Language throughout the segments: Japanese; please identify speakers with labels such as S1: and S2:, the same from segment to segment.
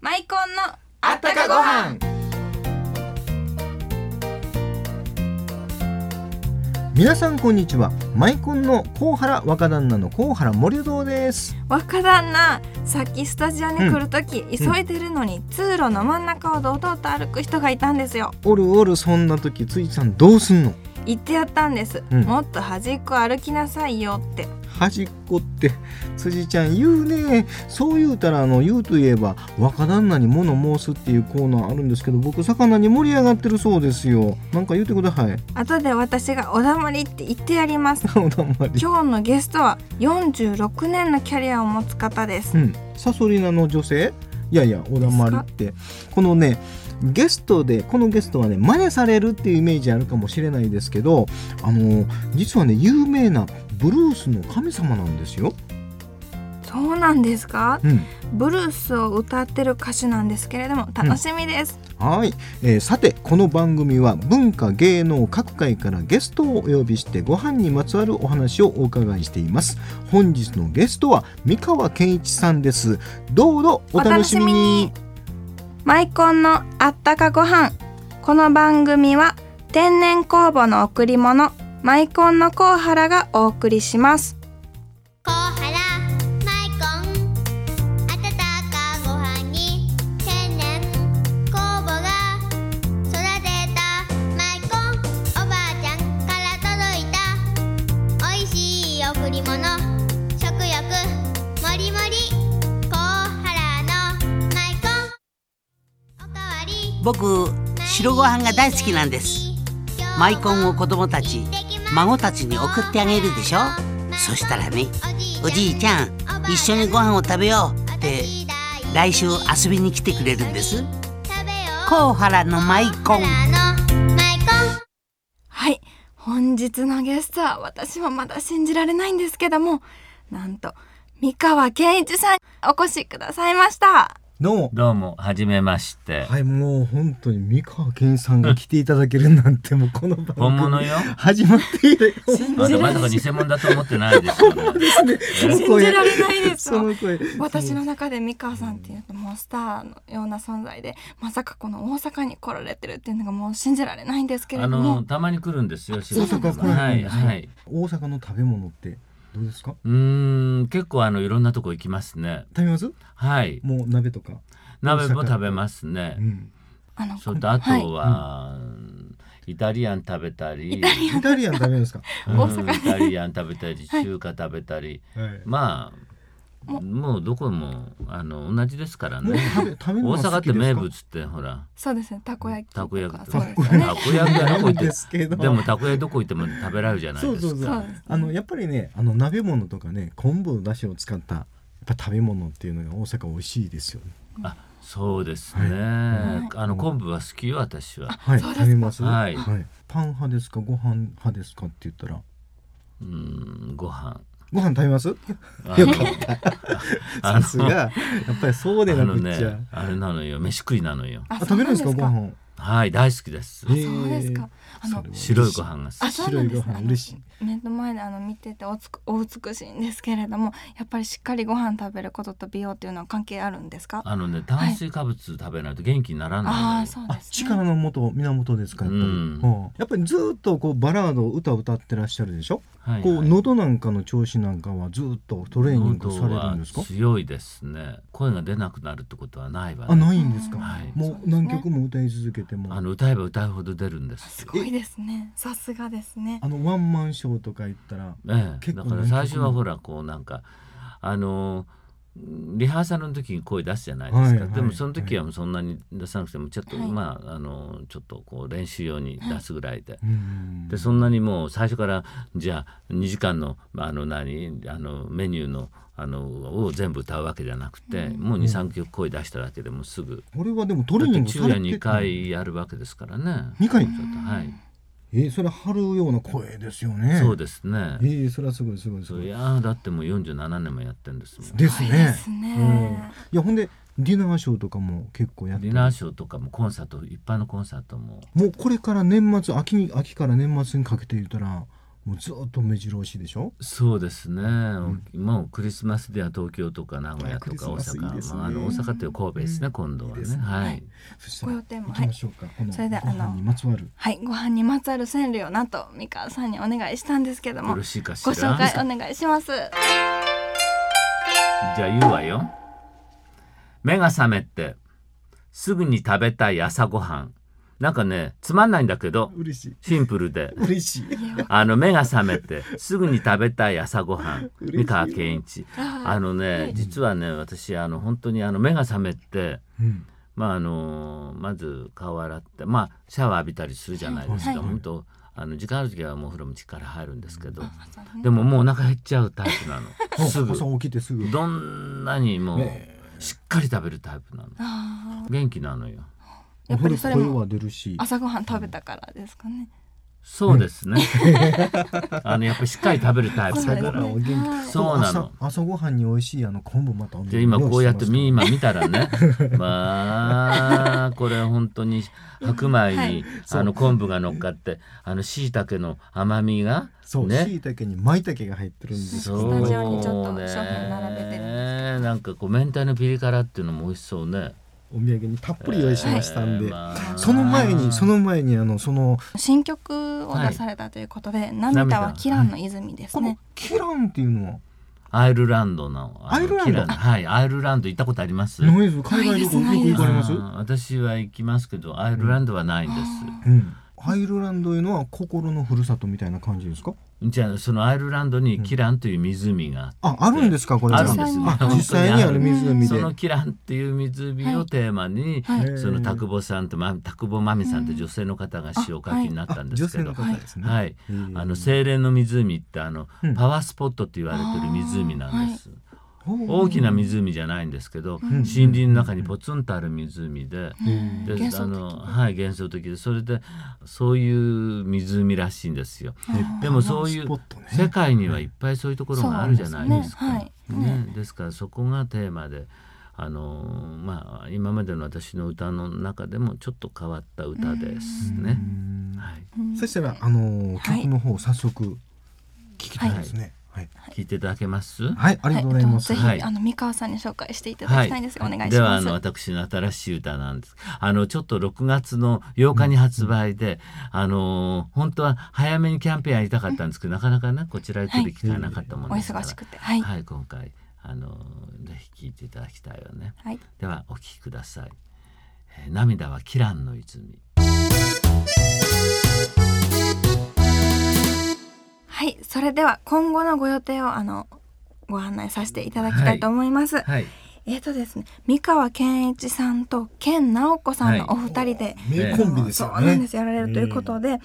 S1: んの
S2: あったかご飯
S3: 皆さんこんにちはマイコンの高原若旦那の高原森堂です
S1: 若旦那さっきスタジオに来るとき、
S3: ん
S1: 急いでるのに通路の真ん中を堂々と歩く人がいたんですよ
S3: おるおるそんな時ついさんどうすんの
S1: 言ってやったんです、
S3: うん
S1: もっと端っこ歩きなさいよって
S3: 端っこって辻ちゃん言うねそう言うたらあの言うといえば若旦那に物申すっていうコーナーあるんですけど僕魚に盛り上がってるそうですよなんか言ってください
S1: 後で私がおだまりって言ってやります
S3: おだんまり
S1: 今日のゲストは46年のキャリアを持つ方です
S3: うんサソリナの女性いやいやおだんまりってこのねゲストでこのゲストはね真似されるっていうイメージあるかもしれないですけどあの実はね有名なブルースの神様なんですよ。
S1: そうなんですか
S3: うん
S1: ブルースを歌ってる歌手なんですけれども楽しみです、
S3: はい、えーさてこの番組は文化芸能各界からゲストをお呼びしてご飯にまつわるお話をお伺いしています本日のゲストは三河健一さんですどうぞお楽しみに
S1: マイコンのあったかご飯この番組は天然酵母の贈り物マイコンのコウハラがお送りします
S4: コハラマイコン温かご飯に天然酵母が育てたマイコンおばあちゃんから届いたおいしい贈り物食欲もりもりコハラのマイコンおかわり
S2: 僕白ご飯が大好きなんですマイコンを子供たち孫たちに送ってあげるでしょそしたらねおじいちゃん一緒にご飯を食べようって来週遊びに来てくれるんですコウハラのマイコン
S1: はい本日のゲストは私もまだ信じられないんですけどもなんと三河健一さんお越しくださいました
S3: どうも
S5: どうも、はじめまして。
S3: はいもう本当に三河健一さんが来ていただけるなんてもうこの番組
S5: 本物よ。
S3: 始まって以来
S5: あなたまさか偽物だと思ってないですよね。
S3: その
S1: 信
S3: 声
S1: じられないです
S3: そ
S1: わ
S3: の声
S1: 私の中で三河さんっていうともうスターのような存在でまさかこの大阪に来られてるっていうのがもう信じられないんですけれ
S5: あ
S1: ど
S5: の、
S1: も
S5: たまに来るんですよ、仕
S3: 大
S5: 事が。
S3: 阪来ら
S5: は
S3: れ
S5: い、
S3: るんですね
S5: はい。
S3: 大阪の食べ物ってどうですか
S5: うーん、結構あの、いろんなとこ行きますね。
S3: 食べます
S5: はい。
S3: もう鍋とか、
S5: 鍋も食べますね
S3: う。ん、
S1: あの
S5: それと、あと
S1: は
S5: は、イタリアン食べたり、
S3: イタリアン食べるんですか、
S5: うん
S1: 大阪で
S5: イタリアン食べたり、中華食べたり、
S3: はい
S5: まあ、
S1: も
S5: もうどこもあの同じですから
S3: もう
S5: ね。
S3: 食べ食べるの
S5: 大
S3: は
S5: 阪
S3: 好
S5: っ
S3: きです
S5: て
S3: か
S5: 名物ってほら、
S1: そうですねたこ焼き
S5: た
S1: と
S5: こ
S1: か
S5: 焼き
S1: そう
S5: と
S1: で
S5: か。
S1: すよね
S5: たこ焼きはどこ行って
S3: ですけど
S5: でもたこ焼きどこ行っても食べられるじゃない
S3: そ
S5: で
S3: う
S5: す
S3: そ
S5: か。
S3: うそう
S1: そうです
S3: あのやっぱりねあの鍋物とかね昆布のだしを使ったやっぱ食べ物っていうのが大阪美味しいですよね
S5: あ、そうですね。あの昆布は好きよ私は。
S3: はい
S1: そうですか
S3: 食べます
S5: はい
S3: パン派ですかご飯派ですかって言ったら
S5: うん、ご飯。
S3: ご飯食べます
S5: あ
S3: よ
S5: の
S3: かった
S5: あ
S3: さすがやっぱりそうで
S5: のあ
S3: な
S5: の
S3: くっちゃ、
S5: ね、あれなのよ、飯食いなのよ。
S1: あ
S3: あ食べるんですか
S1: そう
S3: ご
S1: な
S3: 飯
S5: はい、大好きです。
S3: へえ
S1: そうですかあの
S3: それは
S5: 白いご飯が好
S1: あ
S5: き。
S1: そうなんです
S3: 白いご飯嬉しい
S1: あの目の前であの見てておつくお美しいんですけれどもやっぱりしっかりご飯食べることと美容っていうのは関係あるんですかあ
S5: あのね、炭水化物食べないと元気になら
S1: あ
S5: な
S1: ー
S5: いのよ。
S1: そう
S3: あ
S1: ですね
S3: 力の元源ですかやっぱり、
S5: うん
S3: はあやっぱりずっとこうバラード歌歌ってらっしゃるでしょ、
S5: はいはい
S3: こう喉なんかの調子なんかはずっとトレーニングされるんですか
S5: 喉は強いですね。声が出なくなるってことはないわね。
S3: あないんですか、
S5: はい
S3: もう何曲も歌い続けても
S5: あの歌えば歌うほど出るんです。
S1: すごいですねさすがですね
S3: あのワンマンショーとか行ったら
S5: ええ、
S3: 結
S5: だ
S3: 構
S5: から
S3: ね
S5: 最初はほらこうなんかあのーリハーサルの時に声出すじゃないですか、
S3: はいはい
S5: でもその時はもうそんなに出さなくてもちょっと、
S1: はい
S5: まああのーちょっとこう練習用に出すぐらいで。
S3: うん
S5: でそんなにもう最初からじゃあ2時間のあの何あのメニューのあのを全部歌うわけじゃなくて、もう23曲声出しただけでもうすぐ、
S3: これはでもトレーニ
S5: だっ
S3: ン
S5: て
S3: グさ
S5: 昼
S3: れ
S5: 夜
S3: て
S5: 2回やるわけですからね。
S3: 二回
S5: ちょっとはい、
S3: えーそれ張るような声ですよね
S5: そうですね。
S3: えーそれはすごいすごいす
S5: そ
S3: ご
S5: うい
S3: い
S5: やーだってもう47年もやってるんですもん。
S3: です
S1: すごいで
S3: ね
S1: すね
S3: いやほんでディナーショーとかも結構やって
S5: ディナーショーとかもコンサート一般のコンサートも
S3: もうこれから年末秋に秋から年末にかけて言ったらもうずっと目白押しでしょ
S5: そうですね、もうクリスマスでは東京とか名古屋とか
S3: あ
S5: 大
S3: クリスマス
S5: 阪
S3: いいですね
S5: まあ、あの大阪っていう神戸ですね、今度はね
S3: ですね
S5: はい
S3: そしたら
S1: ご予定も
S3: 行きましょうか、この
S1: それであ
S3: ご
S1: の
S3: 飯にまつわる
S1: はい、ご飯にまつわる川柳をなんと三河さんにお願いしたんですけども
S5: よろしいかし
S1: ご
S5: ら
S1: 紹介お願いします
S5: じゃあ言うわよ。目が覚めてすぐに食べたい朝ごはん。なんかねつまんないんだけど
S3: 嬉しい
S5: シンプルで。
S3: 嬉しい
S5: あの目が覚めてすぐに食べたい朝ごはん
S3: 嬉しい
S5: 三河健一あのね実はね私あの本当にあの目が覚めて
S3: うん
S5: まああのまず顔洗ってまあシャワー浴びたりするじゃないですか、
S1: はい
S5: 本当あの時間ある時はもうお風呂も力入るんですけど
S1: そうね
S5: でももうお腹減っちゃうタイプな
S3: あ
S5: のすぐ
S3: 朝起きてすぐ
S5: どんなにも
S3: ね
S5: しっかり食べるタイプなの
S1: あ
S5: 元気なのよ
S1: ーやっぱりそれ
S3: お風呂声
S1: も
S3: は出るし
S1: 朝ごはん食べたからですかね
S5: そうですねあのやっぱりしっかり食べるタイプ
S1: そう
S5: だ
S1: で
S5: か
S1: すね
S5: ら
S3: お元気
S5: そうなの
S3: 朝朝ごはんに美味しいあの昆布またお願い
S5: で今こうやっ
S3: し
S5: て
S3: てます
S5: 見今見たらね まあこれ本当に白米に、
S1: はい
S5: あの昆布が乗っかってあの椎茸の甘みが
S3: そう、
S5: ね
S3: 椎茸に舞茸が入ってるんですけど
S5: そう
S1: スタ
S5: ね
S1: ジオにちょっと商品並べてるん
S5: なんかこう明太のピリ辛っていうのも美味しそうね
S3: お土産にたっぷり用意しましたんで、
S5: えーまあ
S3: その前にその前にあのその
S1: 新曲を出されたということで、涙はキランの泉です
S3: この
S1: ね
S3: キランっていうのは
S5: アイルランドのあの
S3: アイルランド
S5: キラはいアイルランド行ったことあります
S3: ノイズ海外旅行
S1: ない
S3: よ
S1: で
S3: く行
S1: す
S3: かれます？
S5: あー私は行きますけどアイルランドはないんです、
S3: うん。アイルランドいうのは心の故郷みたいな感じですか？
S5: じゃあそのアイルランドにキランという湖があって、
S3: あ、あるんですかこれは？
S5: あるんですね
S3: あ実際にある湖
S5: そ
S3: で。
S5: のキランっていう湖をテーマに、
S1: はい
S3: はい
S5: その田久保さんと、ま、田久保真美さんって女性の方が詩をお書きになったんですけど、
S3: あ女性の方ですね
S5: はい
S3: へー
S5: あの精霊の湖ってあの、
S3: うん
S5: パワースポットって言われてる湖なんです、大きな湖じゃないんですけど、森林の中にポツンとある湖で、で
S1: 幻想的
S5: あのはい幻想的でそれでそういう湖らしいんですよ。でもそう
S3: パワー
S5: いう
S3: スポットね
S5: 世界にはいっぱいそういうところがあるじゃないです
S1: そう
S5: か
S1: なんで。すねはい
S5: ねですからそこがテーマで。あのまあ今までの私の歌の中でもちょっと変わった歌ですね。はい、
S3: そしたらあの
S1: はい
S3: 曲の方早速聞きたいですね。はい。
S5: 聞いていただけます。
S3: はい、ありがとうございます。
S1: はい
S5: は
S1: えっとぜひ、
S5: い
S1: あの三河さんに紹介していただきたいんですが、お願いし
S5: ではあ
S1: ます
S5: の私の新しい歌なんです。あのちょっと6月の8日に発売で、あのー本当は早めにキャンペーンやりたかったんですけど、なかなかねこちらで手で聞かなかったも
S1: お
S5: のですから、
S1: 忙しくてはい、
S5: はい、今回あのーぜひ聞いていただきたいよね。
S1: はい、
S5: ではお聞きください。えー涙はキランの泉。
S1: はい、それでは今後のご予定をあのご案内させていただきたいと思います、
S5: はい。
S1: えっ、とですね三河健一さんと健直子さんのお二人で、
S3: 名コンビです
S1: そう
S3: よ
S1: なんで
S3: ね。
S1: すやられるということで、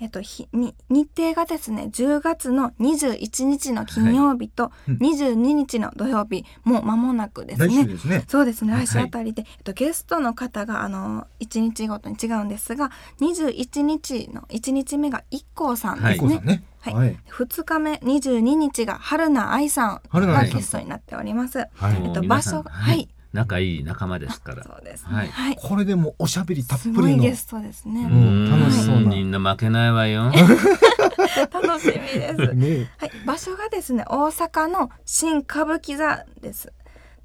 S1: えっと、ひに日程がですね10月の21日の金曜日と22日の土曜日、もう間もなくです
S3: 大
S1: ね
S3: 好きですね。
S1: そうですね
S5: はい
S1: 来週あたりで、えっと、ゲストの方があの1日ごとに違うんですが21日の1日目が一光さん
S5: は
S1: で
S5: い
S1: す
S3: こう
S1: ね。
S3: さんね。
S1: はい
S3: はい。
S1: 2日目22日が春名愛さん
S3: 春菜
S1: が
S3: 愛さん
S1: ゲストになっております。
S3: はい
S5: もう
S1: えっと
S5: 皆さん
S1: 場所はい
S5: 仲いい仲間ですから。
S1: そうです
S5: は
S1: ね。
S5: い
S1: はい。
S3: これでもうおしゃべりたっ
S1: す
S3: ぷ
S1: ご
S3: り
S1: い
S3: の
S1: ゲストですね。
S3: もう楽しそうな
S5: みんな負けないわよ。
S1: 楽しみです。
S3: ね。
S1: はい、場所がですね大阪の新歌舞伎座です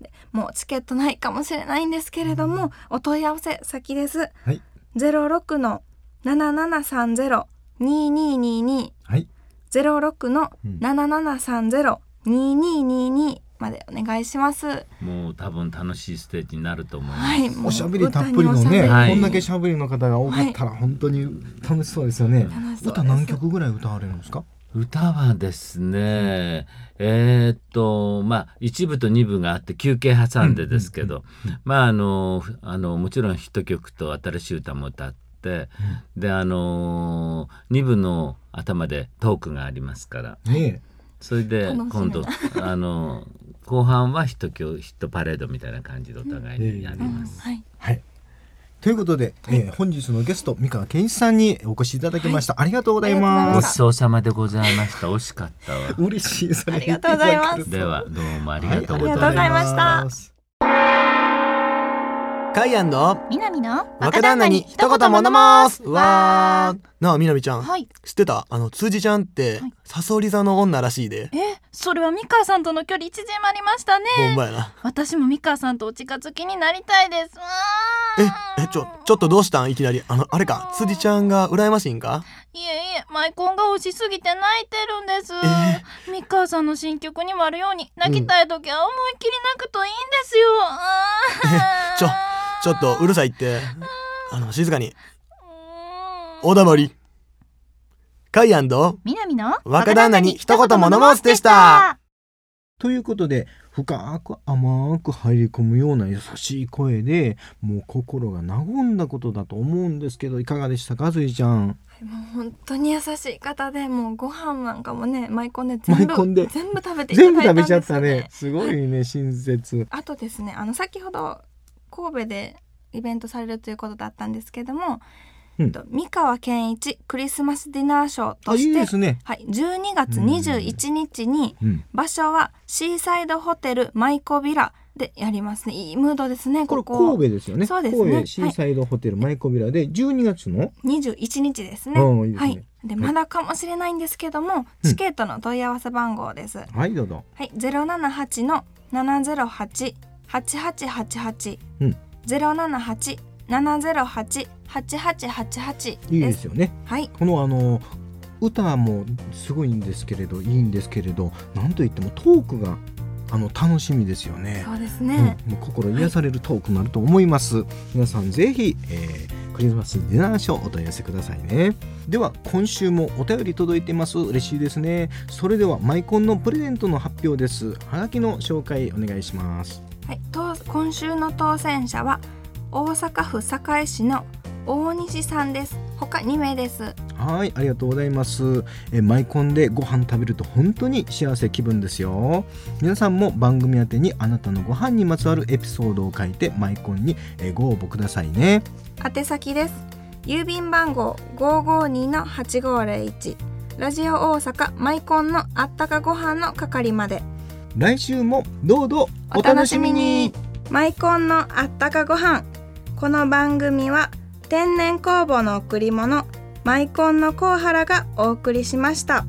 S1: でもうチケットないかもしれないんですけれどもお問い合わせ先です
S3: はい
S1: 06の7730-2222
S3: はい。
S1: 06の7730-2222までお願いします。
S5: もう多分楽しいステージになると思います。
S1: はい、もう
S3: おしゃべりたっぷりの
S1: 歌におし
S3: ね、
S1: ゃべり
S5: はい
S3: こんだけしゃべりの方が多かったら本当に楽しそうですよね。
S1: 楽しそうです
S3: 歌何曲ぐらい歌われるんですか？
S5: 歌はですね、えーっとまあ一部と二部があって休憩挟んでですけど、まああのふあのもちろんヒット曲と新しい歌も歌って、であの二部の頭でトークがありますから
S3: ね
S5: それで
S1: 楽しみだ
S5: 今度あの後半はヒット曲ヒットパレードみたいな感じでお互いにやります。
S1: はい、
S3: はい。ということで、えー本日のゲスト三河健一さんにお越しいただきました。ありがとうござい
S1: ありがとうござい
S5: ご
S1: ま
S3: ま
S5: ち
S1: し
S3: す。
S5: そうさまでございました。惜しかったわ。
S3: 嬉しいそれ
S1: ありがとうございます
S3: 言ってただけると
S5: ではどうもありがとうござ
S1: あり
S5: いました。
S1: がとうございました
S3: ありがとうございます
S6: カイアンの
S7: 南の
S6: 若旦那に一言物申すわーなあみなみちゃん、
S7: はい
S6: 知ってたあの辻ちゃんって、
S7: はい
S6: サソリ座の女らしいで
S7: えそれはミカさんとの距離縮まりましたね
S6: ほんまやな
S7: 私もミカさんとお近づきになりたいです
S6: ええちょちょっとどうしたんいきなりあのあれか辻ちゃんが羨ましいんか
S7: いえいえマイコンが欲しすぎて泣いてるんです、
S6: え
S7: ミカさんの新曲にもあるように泣きたい時は思いっきり泣くといいんですよ、あー
S6: ちょちょっとうるさいってあの静かにおだまりカイアンの
S7: 南の
S6: 若旦那に一言物申すでした
S3: ということで深く甘く入り込むような優しい声でもう心が和んだことだと思うんですけどいかがでしたかずいちゃん
S1: もう本当に優しい方でもうご飯なんかもね舞い込んで全
S3: 舞い込ん
S1: 部
S3: で
S1: 全部食べていただ
S3: 全
S1: い
S3: 部
S1: た
S3: 食
S1: んで
S3: べ
S1: す
S3: ち
S1: よ
S3: ゃったねすごいね親切
S1: あとですねあの先ほど神戸でイベントされるということだったんですけども、
S3: うん
S1: えっと三河健一クリスマスディナーショー
S3: あ
S1: と
S3: い
S1: し
S3: い
S1: て
S3: ですね
S1: はい、12月21日に
S3: うん
S1: 場所はシーサイドホテルマイコビラでやりますねいいムードですね
S3: これ
S1: ここ
S3: 神戸ですよね
S1: そうですね
S3: 神戸シーサイドホテル舞子ビラで12月の
S1: 21日ですね
S3: うんいいです
S1: は
S3: ね
S1: いでまだかもしれないんですけども、
S3: うん
S1: チケットの問い合わせ番号です、
S3: はいどうぞ
S1: はい、ゼロ七八の七ゼロ八八八八八
S3: うん。
S1: ゼロ七八七ゼロ八八八八八
S3: いい
S1: で。
S3: ですすよね
S1: はい、
S3: このあの歌もすごいんですけれどいいんですけれどなんといってもトークがあの楽しみですよね
S1: そうですね。
S3: うん、もう心癒されるトークになると思います、皆さんぜひ、えークリスマスディナーショーお問い合わせくださいねでは今週もお便り届いてます嬉しいですねそれではマイコンのプレゼントの発表ですはがきの紹介お願いします
S1: はい、と今週の当選者は大阪府堺市の大西さんです。他二名です。
S3: はいありがとうございますえーマイコンでご飯食べると本当に幸せ気分ですよ皆さんも番組宛てにあなたのご飯にまつわるエピソードを書いてマイコンにえーご応募くださいね
S1: 宛先です。郵便番号五五二の八五零一。ラジオ大阪マイコンのあったかご飯の係まで。
S3: 来週もどうぞお楽しみに
S1: マイコンのあったかご飯この番組は天然酵母の贈り物マイコンのコウハラがお送りしました